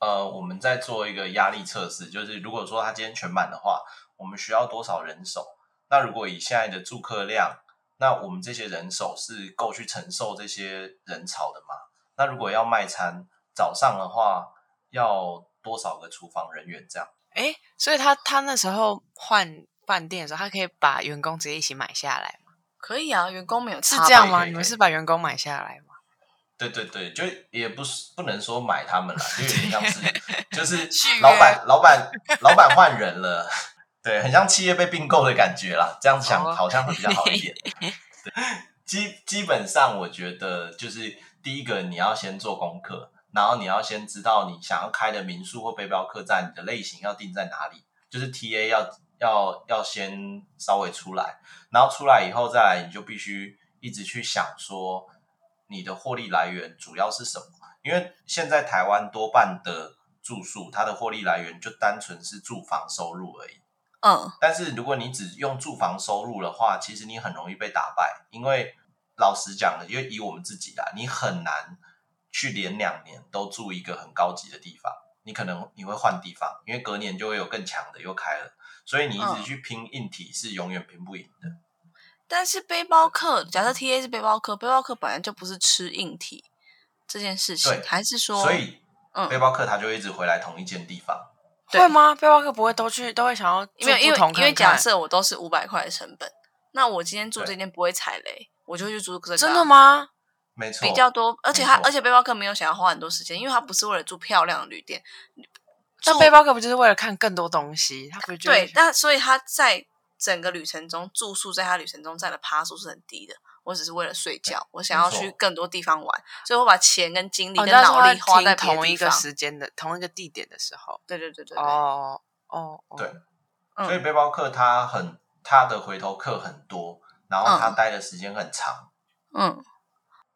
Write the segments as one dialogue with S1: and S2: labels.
S1: 呃，我们在做一个压力测试，就是如果说他今天全满的话，我们需要多少人手？那如果以现在的住客量，那我们这些人手是够去承受这些人潮的吗？那如果要卖餐，早上的话要多少个厨房人员这样？
S2: 哎，所以他他那时候换饭店的时候，他可以把员工直接一起买下来吗？
S3: 可以啊，员工没有
S2: 是
S3: 差吧
S2: 这样
S1: 可以
S2: 吗？
S1: 可以
S2: 你
S1: 可以
S2: 们是把员工买下来吗？
S1: 对对对，就也不是不能说买他们啦，就有点像是就是
S2: 续约
S1: 老板老板老板换人了， 对，很像企业被并购的感觉啦。这样想
S2: 哦
S1: 好像会比较好一点。对基基本上我觉得就是第一个你要先做功课，然后你要先知道你想要开的民宿或背包客栈，你的类型要定在哪里，就是 TA 要要要先稍微出来。然后出来以后再来，你就必须一直去想说你的获利来源主要是什么，因为现在台湾多半的住宿，它的获利来源就单纯是住房收入而已。
S3: 嗯，
S1: 但是如果你只用住房收入的话，其实你很容易被打败，因为老实讲，因为以我们自己啦，你很难去连两年都住一个很高级的地方，你可能你会换地方，因为隔年就会有更强的又开了，所以你一直
S3: 嗯
S1: 去拼硬体是永远拼不赢的。
S3: 但是背包客，假设 TA 是背包客，背包客本来就不是吃硬体这件事情
S1: 对，
S3: 还是说，
S1: 所以
S3: 嗯
S1: 背包客他就一直回来同一间地方。
S3: 对
S2: 会吗？背包客不会都去，都会想要住
S3: 因为因
S2: 不
S3: 为
S2: 同看
S3: 因为假
S2: 看
S3: 设我都是五百块的成本，那我今天住
S1: 对
S3: 这间不会踩雷，我就去住这个。啊
S2: 真的？吗？
S1: 没错，
S3: 比较多，而且他
S1: 没错
S3: 而且背包客没有想要花很多时间，因为他不是为了住漂亮的旅店，
S2: 但
S3: 住
S2: 背包客不就是为了看更多东西？他不就
S3: 对，但所以他在整个旅程中住宿在他旅程中占的趴数是很低的。我只是为了睡觉，我想要
S1: 没错
S3: 去更多地方玩，所以我把钱跟精力
S2: 哦，
S3: 跟
S2: 你要
S3: 脑
S2: 说
S3: 力花
S2: 停
S3: 在别的
S2: 同
S3: 地
S2: 一个
S3: 方。
S2: 时间的同一个地点的时候，
S3: 对对对对对，
S2: 哦哦，哦
S1: 对
S3: 嗯
S1: 所以背包客他很他的回头客很多，然后他待的时间很长，
S3: 嗯，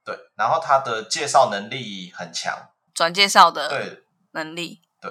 S1: 对，然后他的介绍能力很强，
S3: 转介绍的
S1: 对，
S3: 能力，
S1: 对，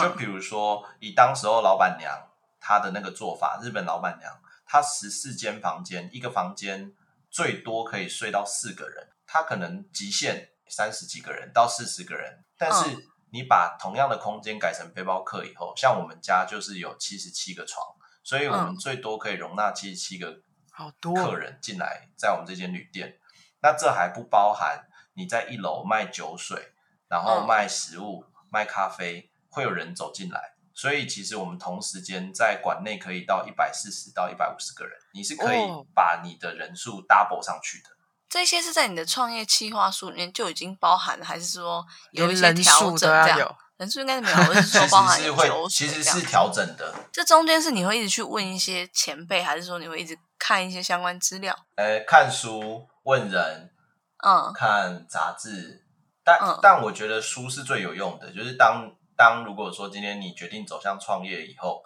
S1: 就
S3: 嗯
S1: 比如说以当时候老板娘她的那个做法，日本老板娘她十四间房间，一个房间最多可以睡到四个人，她可能极限三十几个人到四十个人，但
S3: 嗯
S1: 是你把同样的空间改成背包客以后，像我们家就是有七十七个床，所以我们
S3: 嗯
S1: 最多可以容纳七十七个
S2: 好多哦
S1: 客人进来，在我们这间旅店。那这还不包含你在一楼卖酒水，然后
S3: 嗯
S1: 卖食物、卖咖啡，会有人走进来。所以其实我们同时间在馆内可以到一百四十到一百五十个人，你是可以
S2: 哦
S1: 把你的人数 double 上去的。
S3: 这些是在你的创业计划书里面就已经包含了，还是说有一
S2: 连
S3: 些
S2: 人
S3: 调
S2: 数
S3: 整
S2: 都
S3: 这
S2: 要
S3: 样？
S2: 有。
S3: 人数应该是没有，我是
S1: 其
S3: 说包含
S1: 实是
S3: 有
S1: 会，
S3: 酒
S1: 其
S3: 水
S1: 实
S3: 这样
S1: 是调整的。
S3: 这中间是你会一直去问一些前辈，还是说你会一直看一些相关资料？
S1: 呃，看书、问人、
S3: 嗯
S1: 看杂志，但、
S3: 嗯
S1: 但我觉得书是最有用的。就是当当如果说今天你决定走向创业以后，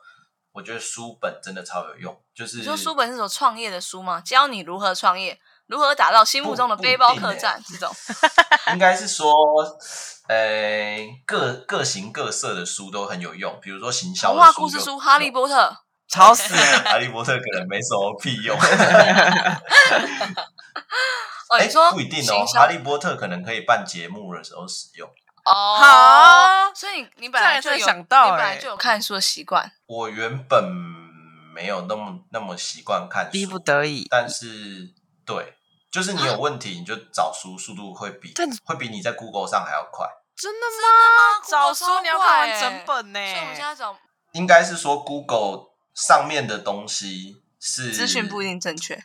S1: 我觉得书本真的超有用。就是
S3: 你说书本是种创业的书吗？教你如何创业，如何打造心目中的
S1: 不不一
S3: 背包
S1: 定
S3: 客
S1: 欸
S3: 栈这种。
S1: 应该是说，呃，各各形各色的书都很有用。比如说行销
S3: 童
S1: 的
S3: 话故
S1: 就
S3: 事书《哈 利波特
S2: 吵死了！
S1: 哈利波特可能没什么屁 用。》
S3: 哦，
S1: 哎
S3: 你说
S1: 不一定哦
S3: 行，销
S1: 哈利波特可能可以办节目的时候使用。
S3: 哦
S2: 好，
S3: 所以你你本来
S2: 这
S3: 就
S2: 还
S3: 有
S2: 真想到
S3: 你本来
S2: 欸啊
S3: 就有看书的习惯。
S1: 我原本没有那么那么习惯看书，
S2: 逼不得已。
S1: 但是对，就是你
S3: 啊
S1: 有问题你就找书，速度会比
S2: 但
S1: 会比你在 Google 上还要快。
S2: 真的吗？
S3: 真的
S2: 找
S3: 吗酷到
S2: 书你要
S3: 啊超
S2: 看
S3: 快欸
S2: 完整本欸呢、
S3: 所以我们现在找
S1: 应该是说 Google 上面的东西是
S3: 资讯不一，定正确。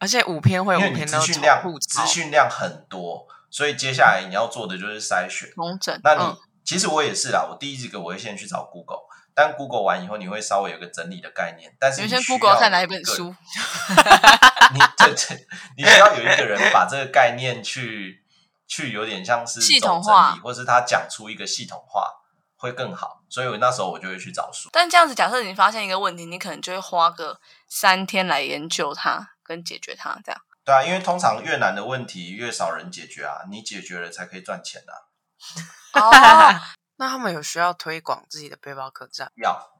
S2: 而且五篇会有
S1: 因为
S2: 五
S1: 你
S2: 篇
S1: 资
S2: 都
S1: 讯量
S2: 吐槽
S1: 资， 讯量很多，所以接下来你要做的就是筛选。
S3: 同整，
S1: 那你、
S3: 嗯
S1: 其实我也是啦，我第一个我会先去找 Google，但 Google 完以后你会稍微有个整理的概念，但是
S3: 你
S1: 你
S3: 先
S1: 需
S3: Google
S1: 要
S3: 看哪
S1: 有
S3: 一本
S1: 个
S3: 书？
S1: 你对对，你需要有一个人把这个概念去去有点像是
S3: 系
S1: 总
S3: 统
S1: 整
S3: 化
S1: 理或是他讲出一个系统化会更好。所以我那时候我就会去找书，
S3: 但这样子，假设你发现一个问题，你可能就会花个三天来研究它跟解决它， 这样。
S1: 对啊，因为通常越难的问题越少人解决啊，你解决了才可以赚钱啊。
S3: 哦，
S2: 那他们有需要推广自己的背包客栈，
S1: 要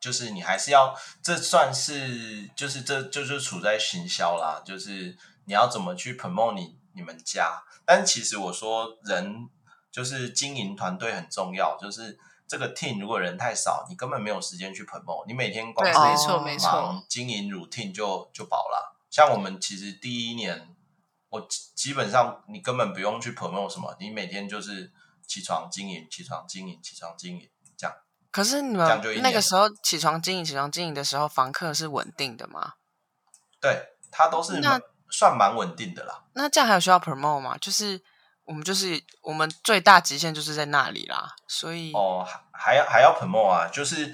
S1: 就是你还是要，这算是就是这这就是处在行销啦，就是你要怎么去 promote 你你们家。但其实我说人就是经营团队很重要，就是这个 team 如果人太少，你根本没有时间去 promote，你每天光
S3: 对，
S1: 是
S3: 没错
S2: 哦
S3: 没错，
S1: 忙经营 routine 就就饱了。像我们其实第一年，我基基本上你根本不用去 promote 什么，你每天就是起床经营，起床经营，起床经营这样。
S2: 可是你
S1: 这样就一
S2: 们那
S1: 年
S2: 个时候起床经营、起床经营的时候，房客是稳定的吗？
S1: 对，它都是
S2: 那
S1: 蛮算蛮稳定的啦。
S2: 那这样还有需要 promote 吗？就是我们就是我们最大极限就是在那里啦，所以
S1: 哦，还还要还要 promote 啊，就是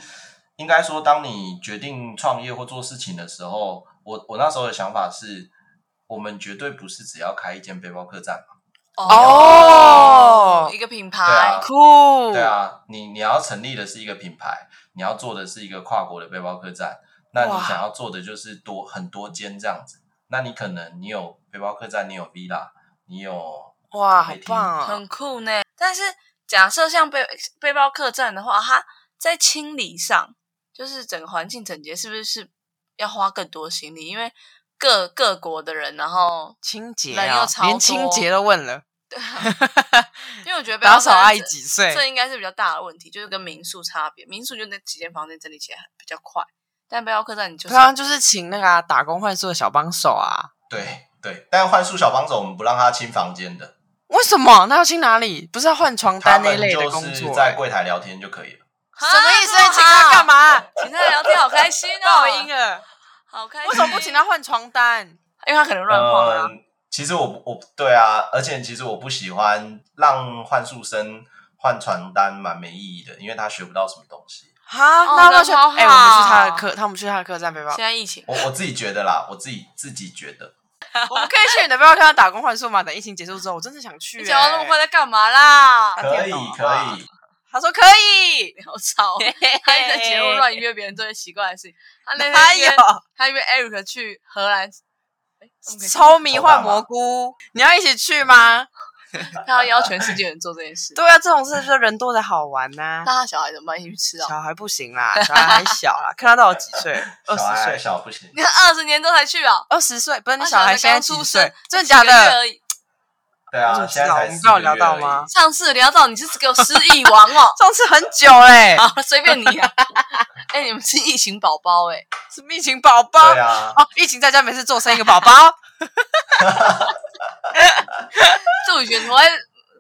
S1: 应该说，当你决定创业或做事情的时候，我我那时候的想法是，我们绝对不是只要开一间背包客栈嘛。
S2: 哦
S3: 一个品
S1: 对
S3: 牌
S1: 啊，
S2: 酷，
S1: 对，啊，你你要成立的是一个品牌，你要做的是一个跨国的背包客栈，那你
S2: 哇
S1: 想要做的就是多很多间这样子。那你可能你有背包客栈，你有 villa，你有
S2: 哇，好
S1: 没听
S2: 棒啊！
S3: 很酷呢。但是假设像背背包客栈的话，它在清理上，就是整个环境整洁，是不是是要花更多心力？因为各各国的人，然后
S2: 清洁
S3: 人又
S2: 啊，
S3: 超
S2: 连清
S3: 多啊
S2: 洁都问 了，
S3: 因为我觉得背包
S2: 打
S3: 客
S2: 扫
S3: 栈
S2: 阿姨
S3: 这
S2: 几岁？
S3: 这应该是比较大的问题，就是跟民宿差别。民宿就那几间房间整理起来比较快，但背包客栈你就是
S2: 对啊，就是请那个啊、打工换宿的小帮手啊。
S1: 对对，但幻术小帮手我们不让他清房间的，
S2: 为什么？那要去哪里？不是要换床
S1: 他
S2: 单那一
S1: 们
S2: 类的
S1: 就
S2: 工
S1: 是
S2: 作、
S1: 在
S2: 欸？
S1: 柜台聊天就可以了。
S2: 啊什么意思？请他干
S3: 嘛？
S2: 嘛？
S3: 啊请他聊天好开心
S2: 爆
S3: 哦，
S2: 音了！
S3: 好开心。
S2: 为什么不请他？换床单？
S3: 因为他可能乱晃啊。
S1: 嗯，其实我不我对啊，而且其实我不喜欢让幻术生换传单，蛮没意义的，因为他学不到什么东西。
S2: 哈，
S3: 哦
S2: 那
S3: 人
S2: 那去
S3: 好
S2: 哎、我们去他的
S3: 好
S2: 客，他们去他的客栈背包
S3: 现，在疫情，
S1: 我我自己觉得啦，我自己自己觉得。
S2: 我们可以去你的背包客栈打工换宿吗？等疫情结束之后，我真的想去、
S3: 你
S2: 欸。
S3: 讲到那么快在干嘛啦？
S2: 啊
S1: 可
S2: 听
S1: 以
S2: 得懂
S1: 可
S2: 啊
S1: 以，
S2: 他说可以，
S3: 你好吵，他一直在节目乱约别人做些奇怪的事情。他那
S2: 哪
S3: 天约
S2: 有
S3: 他约 Eric 去荷兰，诶我们可以
S2: 超迷幻蘑菇？你要一起去吗？
S3: 他要邀全世界人做这件事。
S2: 对啊，这种事就人多才好玩 呐、
S3: 那他小孩怎么办？一起去吃啊？
S2: 小孩不行啦，小孩还小啦， 看他到底几岁？二
S1: 小
S2: 十
S1: 孩还
S2: 岁，
S1: 小不行
S3: 你。看二十年都才去啊？
S2: 二十岁不是你
S3: 啊
S2: 小孩现在
S3: 刚
S2: 几
S3: 出
S2: 岁
S3: 生？，
S2: 真的假
S3: 几个月
S2: 的？
S3: 而已
S1: 对
S2: 我
S1: 啊，
S2: 怎么知
S1: 现在
S2: 道
S1: 才
S2: 我们
S1: 四个
S2: 刚有聊
S1: 月
S2: 到
S1: 而已
S2: 吗，
S3: 上次聊到你就是给我失忆王哦
S2: 上次很久欸嘞、
S3: 好随便你啊。 哎，你们是疫情宝宝哎，
S2: 什么疫情宝宝？
S1: 对啊，
S2: 哦，疫情在家没事做生意的宝宝，
S3: 这我觉得我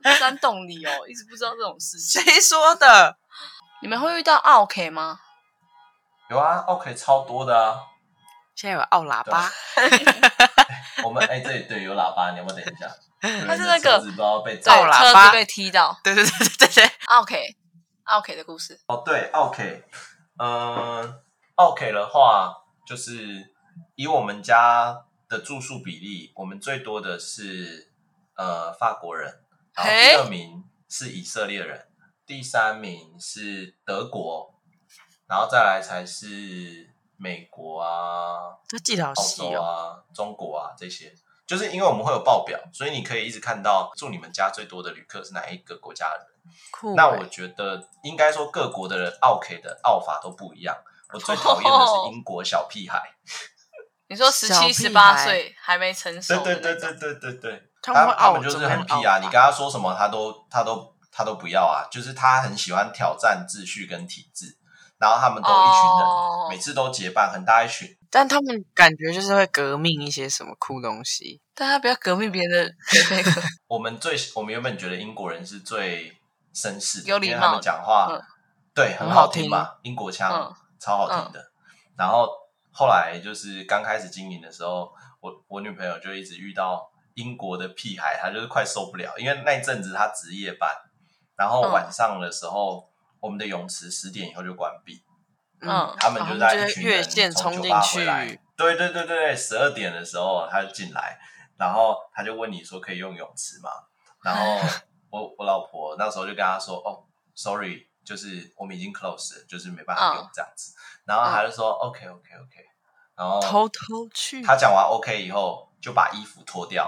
S3: 在山洞里哦，一直不知道这种事情。
S2: 谁说的？
S3: 你们会遇到 OK 吗？
S1: 有啊，OK 超多的啊。
S2: 现在有奥喇叭，
S1: 我们哎，这里对有喇叭，你要不要等一下？
S3: 它
S1: 他
S3: 是那个
S1: 不知道被
S3: 对
S1: 炸
S2: 倒喇
S3: 车
S2: 叭
S3: 子被踢到。
S1: 啊
S2: 对对对对对对，
S3: OK OK 的故事，
S1: 哦，对，OK，嗯，OK 的话，就是以我们家的住宿比例，我们最多的是呃法国人，然后第
S3: 嘿
S1: 二名是以色列人，第三名是德国，然后再来才是美国啊、
S2: 这记得好
S1: 澳
S2: 细
S1: 洲
S2: 哦。
S1: 啊、中国啊这些。就是因为我们会有报表，所以你可以一直看到住你们家最多的旅客是哪一个国家的人。
S2: 酷欸
S1: 那我觉得应该说各国的人奥 K 的奥法都不一样。我 最讨厌的是英国小屁孩，
S3: 你说十
S2: 小
S3: 七、
S2: 屁
S3: 十八
S2: 孩
S3: 岁还没成熟
S1: 对
S3: 的
S1: 对
S3: 那
S1: 对
S3: 种，
S1: 对对对对，
S2: 他们会
S1: 他
S2: 傲
S1: 们就是
S2: 怎么
S1: 很
S2: 会傲
S1: 屁啊！
S2: 法
S1: 你跟他说什么，他都他都他都不要啊，就是他很喜欢挑战秩序跟体制，然后他们都一群人，
S3: 哦
S1: 每次都结伴，很大一群。
S2: 但他们感觉就是会革命一些什么酷东西，
S3: 大家不要革命别人 的那个，
S1: 我们最我们原本觉得英国人是最绅士的，
S3: 有礼貌
S1: 因为他们讲话、
S3: 嗯
S1: 对
S2: 很
S1: 很
S2: 好
S1: 好
S2: 听
S1: 听嘛，英国腔、
S3: 嗯
S1: 超好听的。然后后来就是刚开始经营的时候，我我女朋友就一直遇到英国的屁孩，她就是快受不了，因为那一阵子她值夜班，然后
S3: 嗯
S1: 晚上的时候、我们的泳池十点以后就关闭，
S3: 嗯
S1: 他们
S2: 哦
S1: 就
S2: 他
S1: 在
S2: 们
S1: 一
S2: 就
S1: 群
S2: 越
S1: 人
S2: 线
S1: 从
S2: 冲
S1: 酒
S2: 进
S1: 吧
S2: 去
S1: 回来。对对对对对，十二点的时候他就进来，然后他就问你说可以用泳池吗？然后我我老婆那时候就跟他说哦，sorry，就是我们已经 close，了就是没办法用
S3: 嗯
S1: 这样子。然后
S2: 嗯
S1: 他就说 OK OK OK，然后
S2: 偷偷去
S1: 他讲完 OK 以后就把衣服脱掉，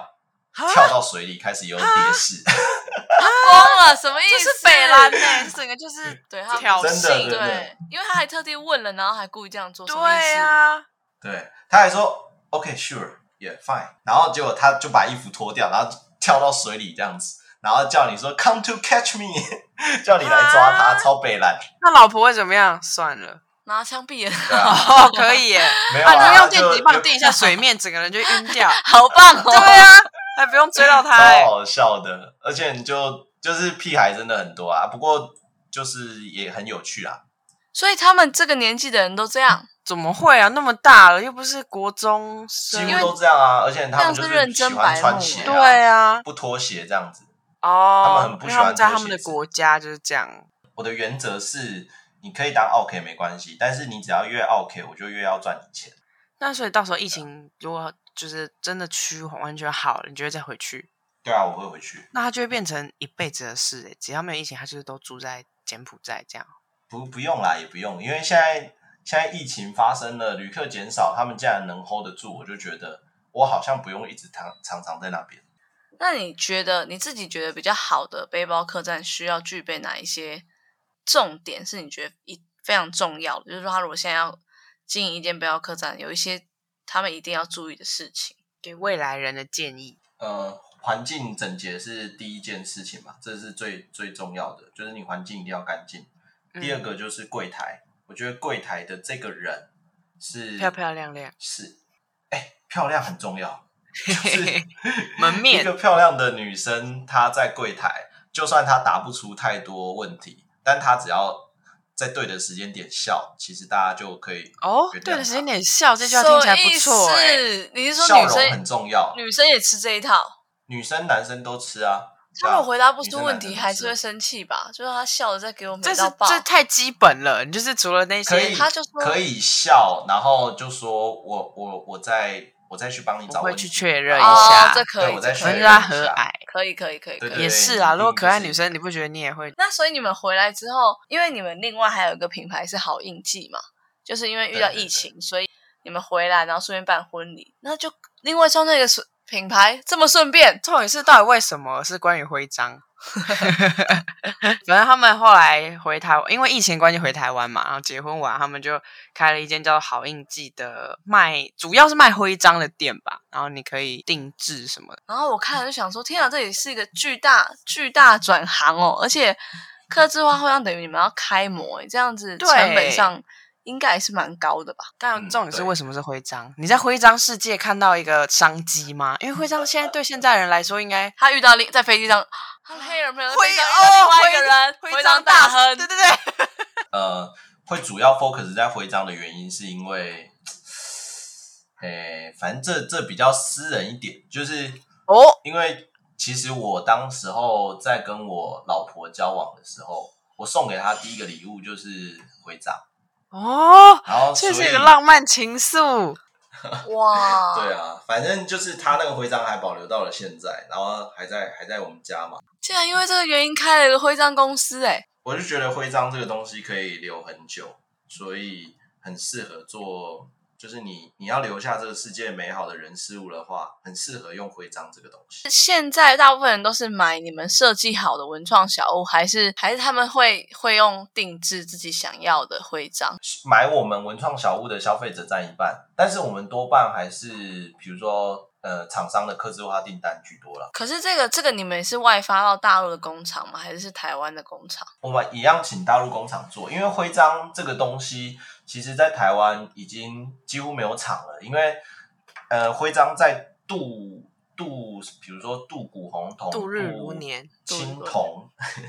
S2: 啊
S1: 跳到水里开始游蝶式。
S3: 疯了什么意
S2: 这
S3: 思？
S2: 是北兰呢、欸整个
S1: 嗯
S2: 就是
S3: 对他
S2: 挑
S1: 真的
S2: 衅
S1: 真的
S3: 对，因为他还特地问了，然后还故意这样做，什么意
S2: 对
S3: 思？
S2: 啊，
S1: 对，他还说 OK sure yeah fine，然后结果他就把衣服脱掉，然后跳到水里这样子，然后叫你说 “Come to catch me”，叫 你来抓他，
S3: 啊
S1: 超北蓝，
S2: 那老婆会怎么样？算了，
S3: 拿枪毙人，
S1: 对 啊，
S2: 哦，可以耶。
S1: 没有
S2: 啊，你
S1: 啊，
S2: 用
S1: 就
S2: 电 击棒
S1: 就
S2: 电一下水面，整个人就晕 掉。
S3: 好棒
S2: 对
S3: 哦！
S2: 啊，还不用追到他
S1: 超
S2: 哎。
S1: 好笑的，而且你就就是屁孩真的很多啊，不过就是也很有趣啊。
S3: 所以他们这个年纪的人都这样，
S2: 怎么会啊？那么大了，又不是国中
S1: 几
S2: 生
S1: 乎。都这样啊，而且他们就
S3: 这样是认
S1: 喜
S3: 真
S1: 欢
S3: 白
S1: 穿
S3: 目
S1: 鞋、啊，
S2: 对啊，
S1: 不脱鞋这样子。他们
S2: 哦
S1: 很，不
S2: 因
S1: 喜欢
S2: 为他们在他
S1: 脱
S2: 们
S1: 鞋
S2: 的
S1: 子
S2: 国家就是这样。
S1: 我的原则是，你可以当 OK 没关系，但是你只要越 OK，我就越要赚你钱。
S2: 那所以到时候疫情如果就是真的趋缓完全好了，你就会再回去，
S1: 对啊，我会回去。
S2: 那它就会变成一辈子的事、欸。只要没有疫情，他就是都住在柬埔寨这样。
S1: 不，不用啦，也不用，因为现在现在疫情发生了，旅客减少，他们竟然能 hold 得住，我就觉得我好像不用一直常常常在那边。
S3: 那你觉得你自己觉得比较好的背包客栈需要具备哪一些重点？是你觉得一非常重要的，就是说他如果现在要经营一间背包客栈，有一些他们一定要注意的事情。
S2: 给未来人的建议，
S1: 呃，环境整洁是第一件事情嘛，这是最最重要的，就是你环境一定要干净。
S2: 嗯
S1: 第二个就是柜台，我觉得柜台的这个人是
S2: 漂漂亮 亮，
S1: 是，哎、漂亮很重要。是
S2: 门
S1: 一
S2: 面
S1: 个漂亮的女生，她在柜台，就算她答不出太多问题，但她只要在对的时间点笑，其实大家就可以
S2: 哦
S1: 原。谅
S2: 对了，
S1: 他
S2: 时间点笑，这句话听起来不错
S3: 什么
S2: 哎、
S3: 意思你是说
S1: 笑
S3: 女
S1: 容很
S3: 生
S1: 重要。
S3: 女生也吃这一套？
S1: 女生男生都吃啊，
S3: 他如果回答不
S1: 女生
S3: 出
S1: 男
S3: 问
S1: 生
S3: 题，
S1: 都
S3: 还
S1: 吃
S3: 是会生气吧？就是他笑的再给我
S2: 这
S3: 美
S2: 是
S3: 到爆。
S2: 这太基本了，你就是除了那
S1: 可以
S2: 些
S3: 他就说
S1: 可以笑，然后就说我我我再我再去帮你找
S2: 我会
S1: 问
S2: 去
S1: 题，
S2: 确认一
S3: 哦
S2: 下，，
S3: 这可
S1: 啊对
S3: 以，
S1: 我
S3: 这
S1: 在
S2: 可
S3: 可
S1: 确
S2: 能就
S3: 以
S1: 认
S2: 她和蔼，
S3: 可以，可以，可以，可
S1: 对
S3: 以。
S1: 对
S2: 也是
S1: 一
S2: 啊。
S1: 定
S2: 如果可爱
S1: 就是
S2: 女生，你不觉得你也会
S3: 那所以你们回来之后，因为你们另外还有一个品牌是好印记嘛，就是因为遇到
S1: 对对
S3: 疫情，所以你们回来然后顺便办婚礼，那就另外创造一个顺品牌，这么顺便，
S2: 重点是到底为什么是关于徽章？ 反正他们后来回台湾，因为疫情关系回台湾嘛，然后结婚完，他们就开了一间叫“好印记”的卖，主要是卖徽章的店吧。然后你可以定制什么的，
S3: 然后我看了就想说，天啊，这也是一个巨大巨大转行哦，而且刻字化会让等于你们要开模欸耶，这样子
S2: 对
S3: 成本上应该也是蛮高的吧？
S2: 但
S1: 嗯
S2: 重点是
S1: 对
S2: 为什么是徽章？你在徽章世界看到一个商机吗？因为徽章现在对现在人来说，应该
S3: 他遇到另在飞机上，他黑人朋友在
S2: 徽
S3: 飞机上遇到另外一个 人，
S2: 哦
S3: 徽章大亨，
S2: 对对对，
S1: 呃，会主要 focus 在徽章的原因，是因为，诶、反正这这比较私人一点，就是
S2: 哦，
S1: 因为其实我当时候在跟我老婆交往的时候，我送给她第一个礼物就是徽章，
S2: 哦，
S1: 然后所
S2: 这
S1: 以
S2: 是一个浪漫情愫，
S3: 哇，
S1: 对啊，反正就是她那个徽章还保留到了现在，然后还在还在我们家嘛，
S3: 竟然因为这个原因开了一个徽章公司、哎，
S1: 我就觉得徽章这个东西可以留很久，所以很适合做。就是你你要留下这个世界美好的人事物的话，很适合用徽章这个东西。
S3: 现在大部分人都是买你们设计好的文创小物，还是还是他们会会用定制自己想要的徽章？
S1: 买我们文创小物的消费者占一半，但是我们多半还是比如说呃厂商的客制化订单居多了。
S3: 可是这个这个你们是外发到大陆的工厂吗？还是是台湾的工厂？
S1: 我们一样请大陆工厂做，因为徽章这个东西，其实在台湾已经几乎没有厂了，因为呃徽章在镀镀，比如说镀古红铜、
S2: 度日如年。
S1: 青铜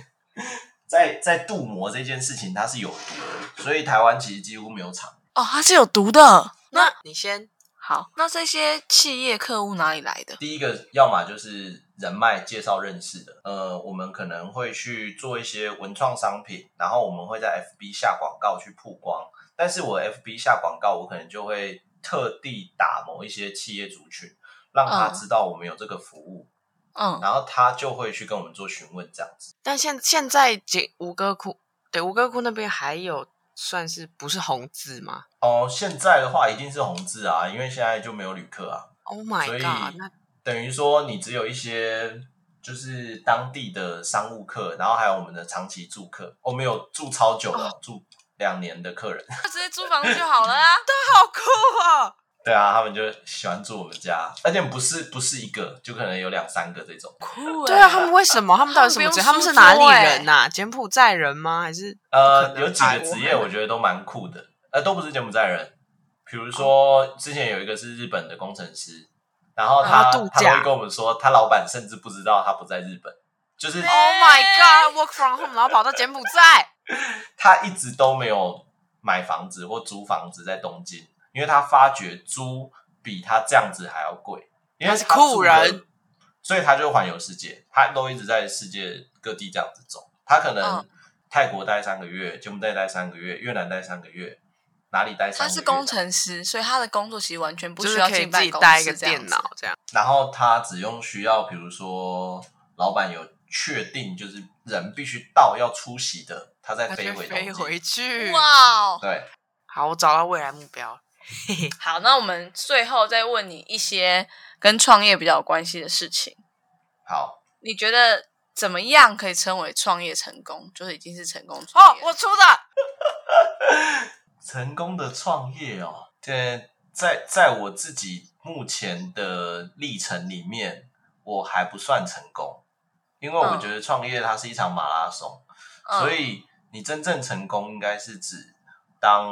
S1: 在在镀膜这件事情，它是有毒的，所以台湾其实几乎没有厂。
S3: 哦，它是有毒的。
S2: 那你先
S3: 好，那这些企业客户哪里来的？
S1: 第一个，要么就是人脉介绍认识的，呃，我们可能会去做一些文创商品，然后我们会在 FB 下广告去曝光。但是我 FB 下广告，我可能就会特地打某一些企业族群，让他
S3: 嗯
S1: 知道我们有这个服务，
S3: 嗯，
S2: 啊
S1: 然后他就会去跟我们做询问这样子。
S2: 但现现在解吴哥窟，对吴哥窟那边还有算是不是红字吗
S1: 哦，现在的话一定是红字啊，因为现在就没有旅客啊。
S2: ？Oh my
S1: 所以
S2: god！那
S1: 等于说你只有一些就是当地的商务客，然后还有我们的长期住客，我们有住
S2: 哦
S1: 超久了，住两年的客人。
S3: 那直接租房子就好了啊。
S2: 好酷哦！
S1: 对啊，他们就喜欢住我们家，而且不是不是一个，就可能有两三个这种。
S3: 酷、欸。
S2: 对啊，他们为什么？他们到底什么职？他们是哪里人
S3: 呐、
S2: 呐、柬埔寨人吗？还是
S1: 呃
S2: 不可，能
S1: 有几
S2: 泰
S1: 个
S2: 国
S1: 职
S2: 可
S1: 业
S2: 能
S1: 我觉得都蛮酷的，呃，都不是柬埔寨人。比如说，
S2: 哦
S1: 之前有一个是日本的工程师，然后他、
S2: 啊度
S1: 他
S2: 假
S1: 会跟我们说，他老板甚至不知道他不在日本，就是
S2: ？Oh my god！Work from home，然后跑到柬埔寨。
S1: 他一直都没有买房子或租房子在东京，因为他发觉租比他这样子还要贵，因为
S2: 他是酷人
S1: 他租的，所以他就环游世界，他都一直在世界各地这样子走。他可能
S3: 嗯
S1: 泰国待三个月，柬埔寨待三个月，越南待三个月，哪里待三
S3: 他
S1: 个月？
S3: 是工，程师，所以他的工作其实完全不
S2: 就
S3: 需
S2: 是
S3: 要
S2: 可以
S3: 进
S2: 自
S3: 办
S2: 己
S3: 公
S2: 带一个
S3: 室这样
S2: 电
S3: 子。
S2: 脑这样。
S1: 然后他只用需要，比如说老板有确定，就是人必须到要出席的，他再
S2: 他
S1: 飞
S2: 就
S1: 回
S2: 飞
S1: 东京
S2: 回去。
S3: 哇哦！
S1: 对，
S2: 好，我找到未来目标。
S3: 好，那我们最后再问你一些跟创业比较有关系的事情。
S1: 好，
S3: 你觉得怎么样可以称为创业成功？就是已经是成功创
S2: 哦
S3: 业，了。
S2: 我出的。
S1: 成功的创业哦，这在在我自己目前的历程里面，我还不算成功，因为我
S3: 嗯
S1: 觉得创业它是一场马拉松，
S3: 嗯
S1: 所以你真正成功应该是指当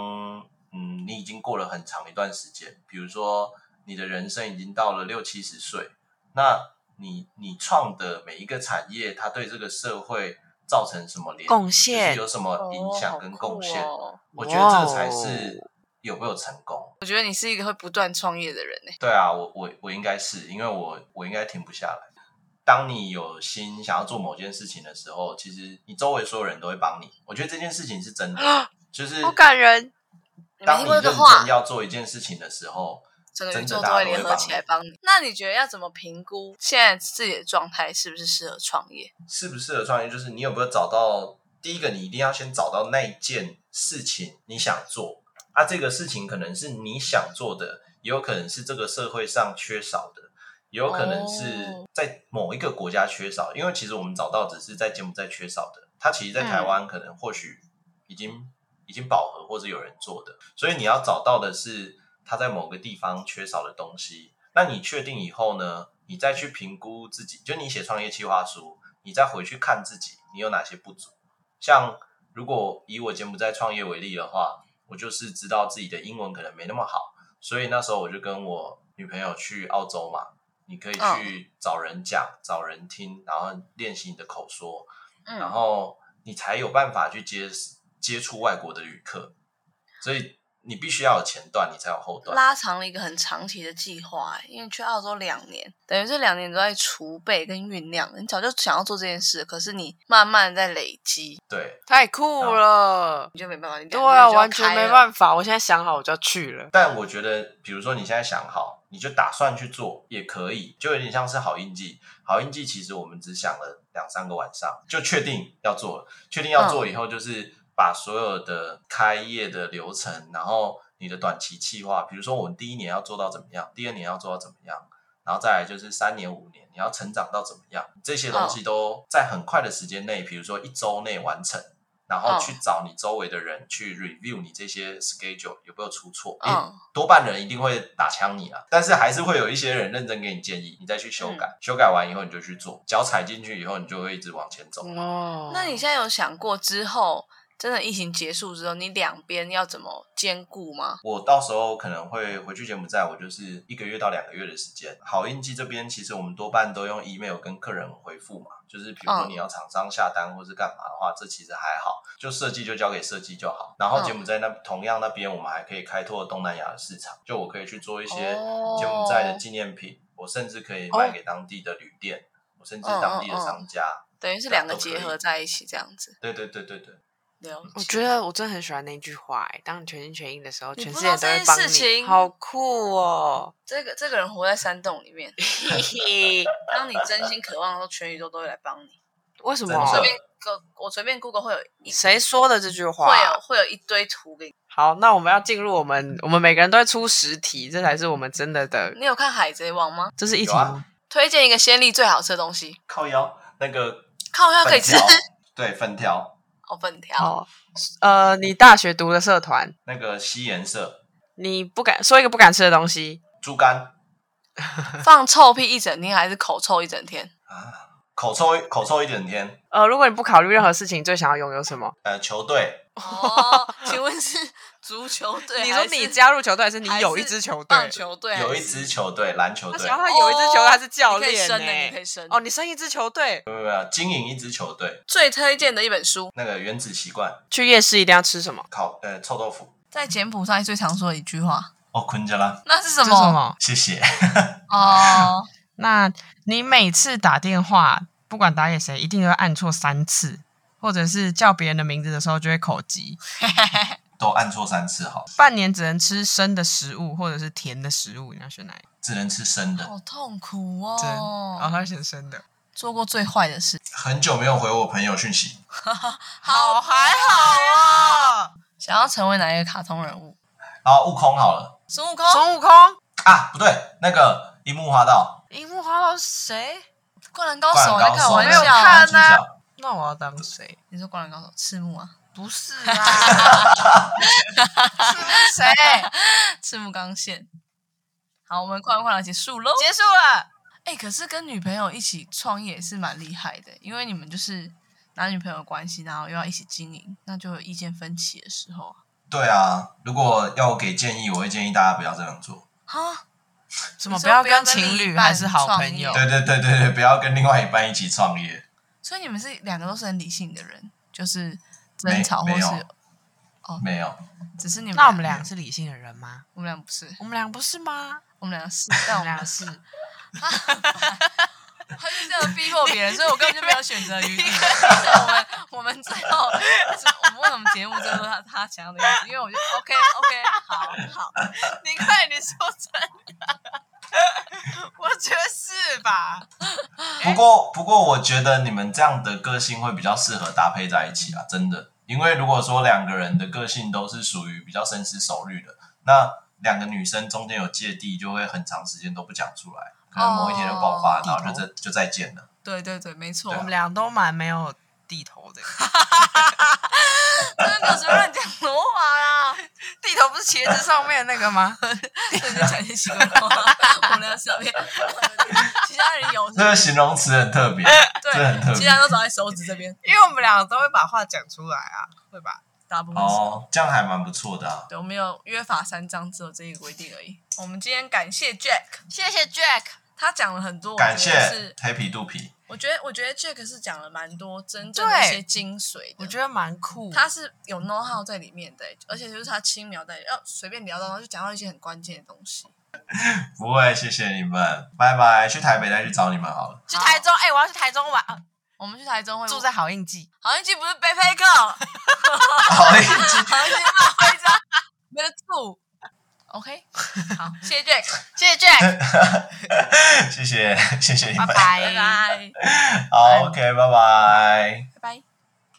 S1: 嗯你已经过了很长一段时间，比如说你的人生已经到了六七十岁，那你你创的每一个产业，它对这个社会造成什么连
S2: 贡
S1: 就是
S2: 献
S1: 有什
S2: 哦
S1: 么影响跟贡献？
S3: 哦好酷哦
S1: 我觉得这才
S2: 哇
S1: 是有没有成功。
S3: 我觉得你是一个会不断创业的人欸呢。
S1: 对啊，我我我应该是，因为我我应该停不下来。当你有心想要做某件事情的时候，其实你周围所有人都会帮你。我觉得这件事情是真
S3: 啊
S1: 的，就是
S2: 好感人。
S3: 你们
S1: 当
S3: 听
S1: 你
S3: 过
S1: 认
S3: 一个话
S1: 真，要做一件事情的时候，
S3: 整个宇
S1: 真的
S3: 宙
S1: 大
S3: 都
S1: 家
S3: 会
S1: 都
S3: 联
S1: 会
S3: 合
S1: 帮
S3: 起
S1: 你
S3: 来帮你。那你觉得要怎么评估现在自己的状态是不是适合创业？
S1: 适不适合创业，就是你有没有找到第一个，你一定要先找到那一件事情你想做啊，这个事情可能是你想做的，也有可能是这个社会上缺少的，也有可能是
S3: 哦
S1: 在某一个国家缺少，因为其实我们找到只是在柬埔寨缺少的，它其实在台湾可能或许已经已经饱和或者有人做的，所以你要找到的是它在某个地方缺少的东西。那你确定以后呢，你再去评估自己，就你写创业计划书，你再回去看自己，你有哪些不足。像如果以我柬埔寨创业为例的话，我就是知道自己的英文可能没那么好，所以那时候我就跟我女朋友去澳洲嘛，你可以
S3: 哦
S1: 去找人讲、找人听，然后练习你的口说，然
S3: 嗯，
S1: 后你才有办法去接接触外国的旅客。所以你必须要有前段，你才有后段。
S3: 拉长了一个很长期的计划欸，因为你去澳洲两年，等于这两年都在储备跟酝酿。你早就想要做这件事，可是你慢慢在累积，
S1: 对，
S2: 太酷了。
S3: 你就没办法。你
S2: 对
S3: 两年
S2: 啊，
S3: 就要
S2: 完全
S3: 开
S2: 没
S3: 了
S2: 办法。我现在想好，我就要去了。
S1: 但我觉得，比如说你现在想好，你就打算去做也可以，就有点像是好印记。好印记其实我们只想了两三个晚上，就确定要做了。确定要做以后，就是把所有的开业的流程，然后你的短期计划，比如说我们第一年要做到怎么样，第二年要做到怎么样，然后再来就是三年、五年，你要成长到怎么样，这些东西都在很快的时间内，比如说一周内完成。然后去找你周围的人去 review 你这些 schedule 有没有出错，因为
S3: 嗯
S1: 多半人一定会打枪你啊，但是还是会有一些人认真给你建议，你再去修改，修改完以后你就去做，脚踩进去以后你就会一直往前走。
S2: 哦，
S3: 那你现在有想过之后，真的疫情结束之后，你两边要怎么兼顾吗？
S1: 我到时候可能会回去柬埔寨，我就是一个月到两个月的时间。好印记这边其实我们多半都用 email 跟客人回复嘛，就是比如说
S3: 嗯
S1: 你要厂商下单或是干嘛的话，这其实还好，就设计就交给设计就好。然后
S3: 嗯
S1: 柬埔寨那同样那边我们还可以开拓东南亚的市场，就我可以去做一些
S3: 哦
S1: 柬埔寨的纪念品，我甚至可以卖给当地的旅店，我甚至
S3: 嗯
S1: 当地的商家。
S3: 等于是两个
S1: 都可以
S3: 结合在一起这样子。
S1: 对对对对对，
S3: 了
S2: 我
S3: 解
S2: 觉得我真的很喜欢那句话、哎，当你全心全意的时候，
S3: 你
S2: 全
S3: 不
S2: 世
S3: 知道
S2: 界都会
S3: 这件
S2: 帮
S3: 事
S2: 你，
S3: 情
S2: 好酷 哦！
S3: 这个这个人活在山洞 里面，
S2: 嘿嘿，
S3: 当你真心渴望的时候，全宇宙都会来帮你。
S2: 为什
S1: 真的
S2: 么
S1: 哦
S3: 随？便个我随便 Google 会有一
S2: 谁说的这句话？
S3: 会哦有会有一堆图给你。
S2: 好，那我们要进入我们，我们每个人都会出十题，这才是我们真的的，
S3: 你有看《海贼王》吗？
S2: 这是一题
S1: 有啊
S2: 吗？
S3: 推荐一个先例最好吃的东西，
S1: 靠腰那个
S3: 看我要可以
S1: 粉
S3: 吃
S1: 条，对粉条
S3: 哦，粉条。
S2: 哦，呃，你大学读的社团，
S1: 那个西颜色。
S2: 你不敢说一个不敢吃的东西，
S1: 猪肝
S3: 放臭屁一整天还是口臭一 整天？
S1: 啊，口臭一口臭一整天。
S2: 呃，如果你不考虑任何事情，最想要拥有什么？
S1: 呃，球队
S3: 哦，请问是足球队？
S2: 你说你加入球队，还是你
S3: 还
S2: 有一
S3: 是
S2: 支球队？
S3: 棒球队还是？
S1: 有一支球队，篮球
S2: 他
S1: 队
S2: 想，要他有一支球队，
S3: 哦
S2: 他是教
S3: 你可以
S2: 练
S3: 升
S2: 呢
S3: 的，你可以升。
S2: 哦，你生一支球队，
S1: 没有没有没有经营一支球队。
S3: 最推荐的一本书，
S1: 那个原子习惯
S2: 去夜市一定要吃什么？
S1: 烤呃臭豆腐
S3: 在柬埔寨最常说的一句话，
S1: 哦，困着啦，
S3: 那是什
S2: 这
S3: 么？
S2: 是什么？
S1: 谢谢。
S3: 哦，
S2: 那你每次打电话，不管打给谁，一定会按错三次，或者是叫别人的名字的时候就会口急。
S1: 都按错三次好，
S2: 半年只能吃生的食物，或者是甜的食物，你要选哪一个？
S1: 只能吃生
S2: 哦
S1: 的。
S3: 好痛苦
S2: 真哦，
S3: 哦！
S2: 他选生的。
S3: 做过最坏的事，
S1: 很久没有回我朋友讯息，
S3: 好
S2: 哦还好哦。
S3: 想要成为哪一个卡通人物？
S1: 然后悟空好了
S3: 孙悟空、
S2: 孙悟空、
S1: 啊，不对，那个樱木花道，
S2: 樱木花道是谁？
S3: 灌篮
S2: 哦
S3: 高
S1: 灌
S3: 手，
S1: 篮
S3: 在
S1: 高
S3: 开
S1: 手
S3: 玩
S1: 那个
S2: 没有
S3: 笑
S2: 看
S3: 啊
S1: 男主角，
S2: 那我要当谁？
S3: 你说灌篮高手赤木啊？
S2: 不是啦， 是谁？
S3: 赤木刚宪。好，我们快问快答结束喽。
S2: 结束了。
S3: 哎、可是跟女朋友一起创业也是蛮厉害的，因为你们就是男女朋友的关系，然后又要一起经营，那就有意见分歧的时候啊。
S1: 对啊，如果要我给建议，我会建议大家不要这样做。
S3: 哈，
S2: 什
S3: 你
S2: 么？
S3: 说
S2: 不要
S3: 不要
S2: 跟
S3: 跟
S2: 情
S3: 另一
S2: 侣
S3: 半
S2: 还是好
S3: 创
S2: 朋
S3: 业
S2: 友？
S1: 对对对对对，不要跟另外一半一起创业。
S3: 所以你们是两个都是很理性的人，就是
S1: 没
S3: 争吵或
S1: 没有
S3: 是
S1: 没有，
S3: 只是你们
S2: 那我们俩是理性的人吗？
S3: 我们俩不是，
S2: 我们俩不是吗？
S3: 我们俩是，
S2: 我
S3: 但我
S2: 们俩
S3: 们俩是，
S2: 是。
S3: 他就这样逼迫别人，所以我根本就没有选择余地。我们我们最后，我们为什么节目最后他他想要的样子？因为我就 OK OK 好好，
S2: 你快点说真的， 我觉得是吧？
S1: 不过不过，我觉得你们这样的个性会比较适合搭配在一起啊，真的。因为如果说两个人的个性都是属于比较深思熟虑的，那两个女生中间有芥蒂，就会很长时间都不讲出来，可能某一天就爆发，
S3: 哦
S1: 然后就再就再见了。
S3: 对对对，没错，
S1: 对
S2: 我
S1: 啊
S2: 们俩都蛮没有地头的，
S3: 真的没有随便乱讲什么话啦，
S2: 地头不是茄子上面那个吗？
S3: 对对，讲一些奇怪的话，我们俩小便，其他人有是
S1: 这
S3: 不
S1: 个
S3: 是
S1: 形容词很特别，这很特
S3: 对，其
S1: 别
S3: 他都长在手指这边，
S2: 因为我们俩都会把话讲出来啊，会吧？
S3: 大部分是。
S1: 哦，这样还蛮不错的啊。
S3: 对，我们有约法三章，只有这一个规定而已。我们今天感谢 Jack，
S2: 谢谢 Jack，
S3: 他讲了很多，我
S1: 感
S3: 觉
S1: 谢
S3: 得是，
S1: 黑皮肚皮，
S3: 我觉得我觉得 Jack 是讲了蛮多真正的一
S2: 对
S3: 些精髓的。
S2: 我觉得蛮酷。
S3: 他是有 know how 在里面的、而且就是他轻描淡写，要随便聊到，然后就讲到一些很关键的东西。
S1: 不会，谢谢你们，拜拜。去台北再去找你们好了。
S2: 去台中，哎、我要去台中玩，啊
S3: 我们去台中会
S2: 住在好印记。
S3: 好像记不是背背客，好
S1: 好，一起
S3: 像记不是背 张，没得住。OK，好，谢谢 Jack，
S2: 谢谢 Jack，
S1: 谢谢谢谢你
S2: 拜
S1: 们，
S2: 拜
S3: 拜拜。
S1: 好，OK，拜拜。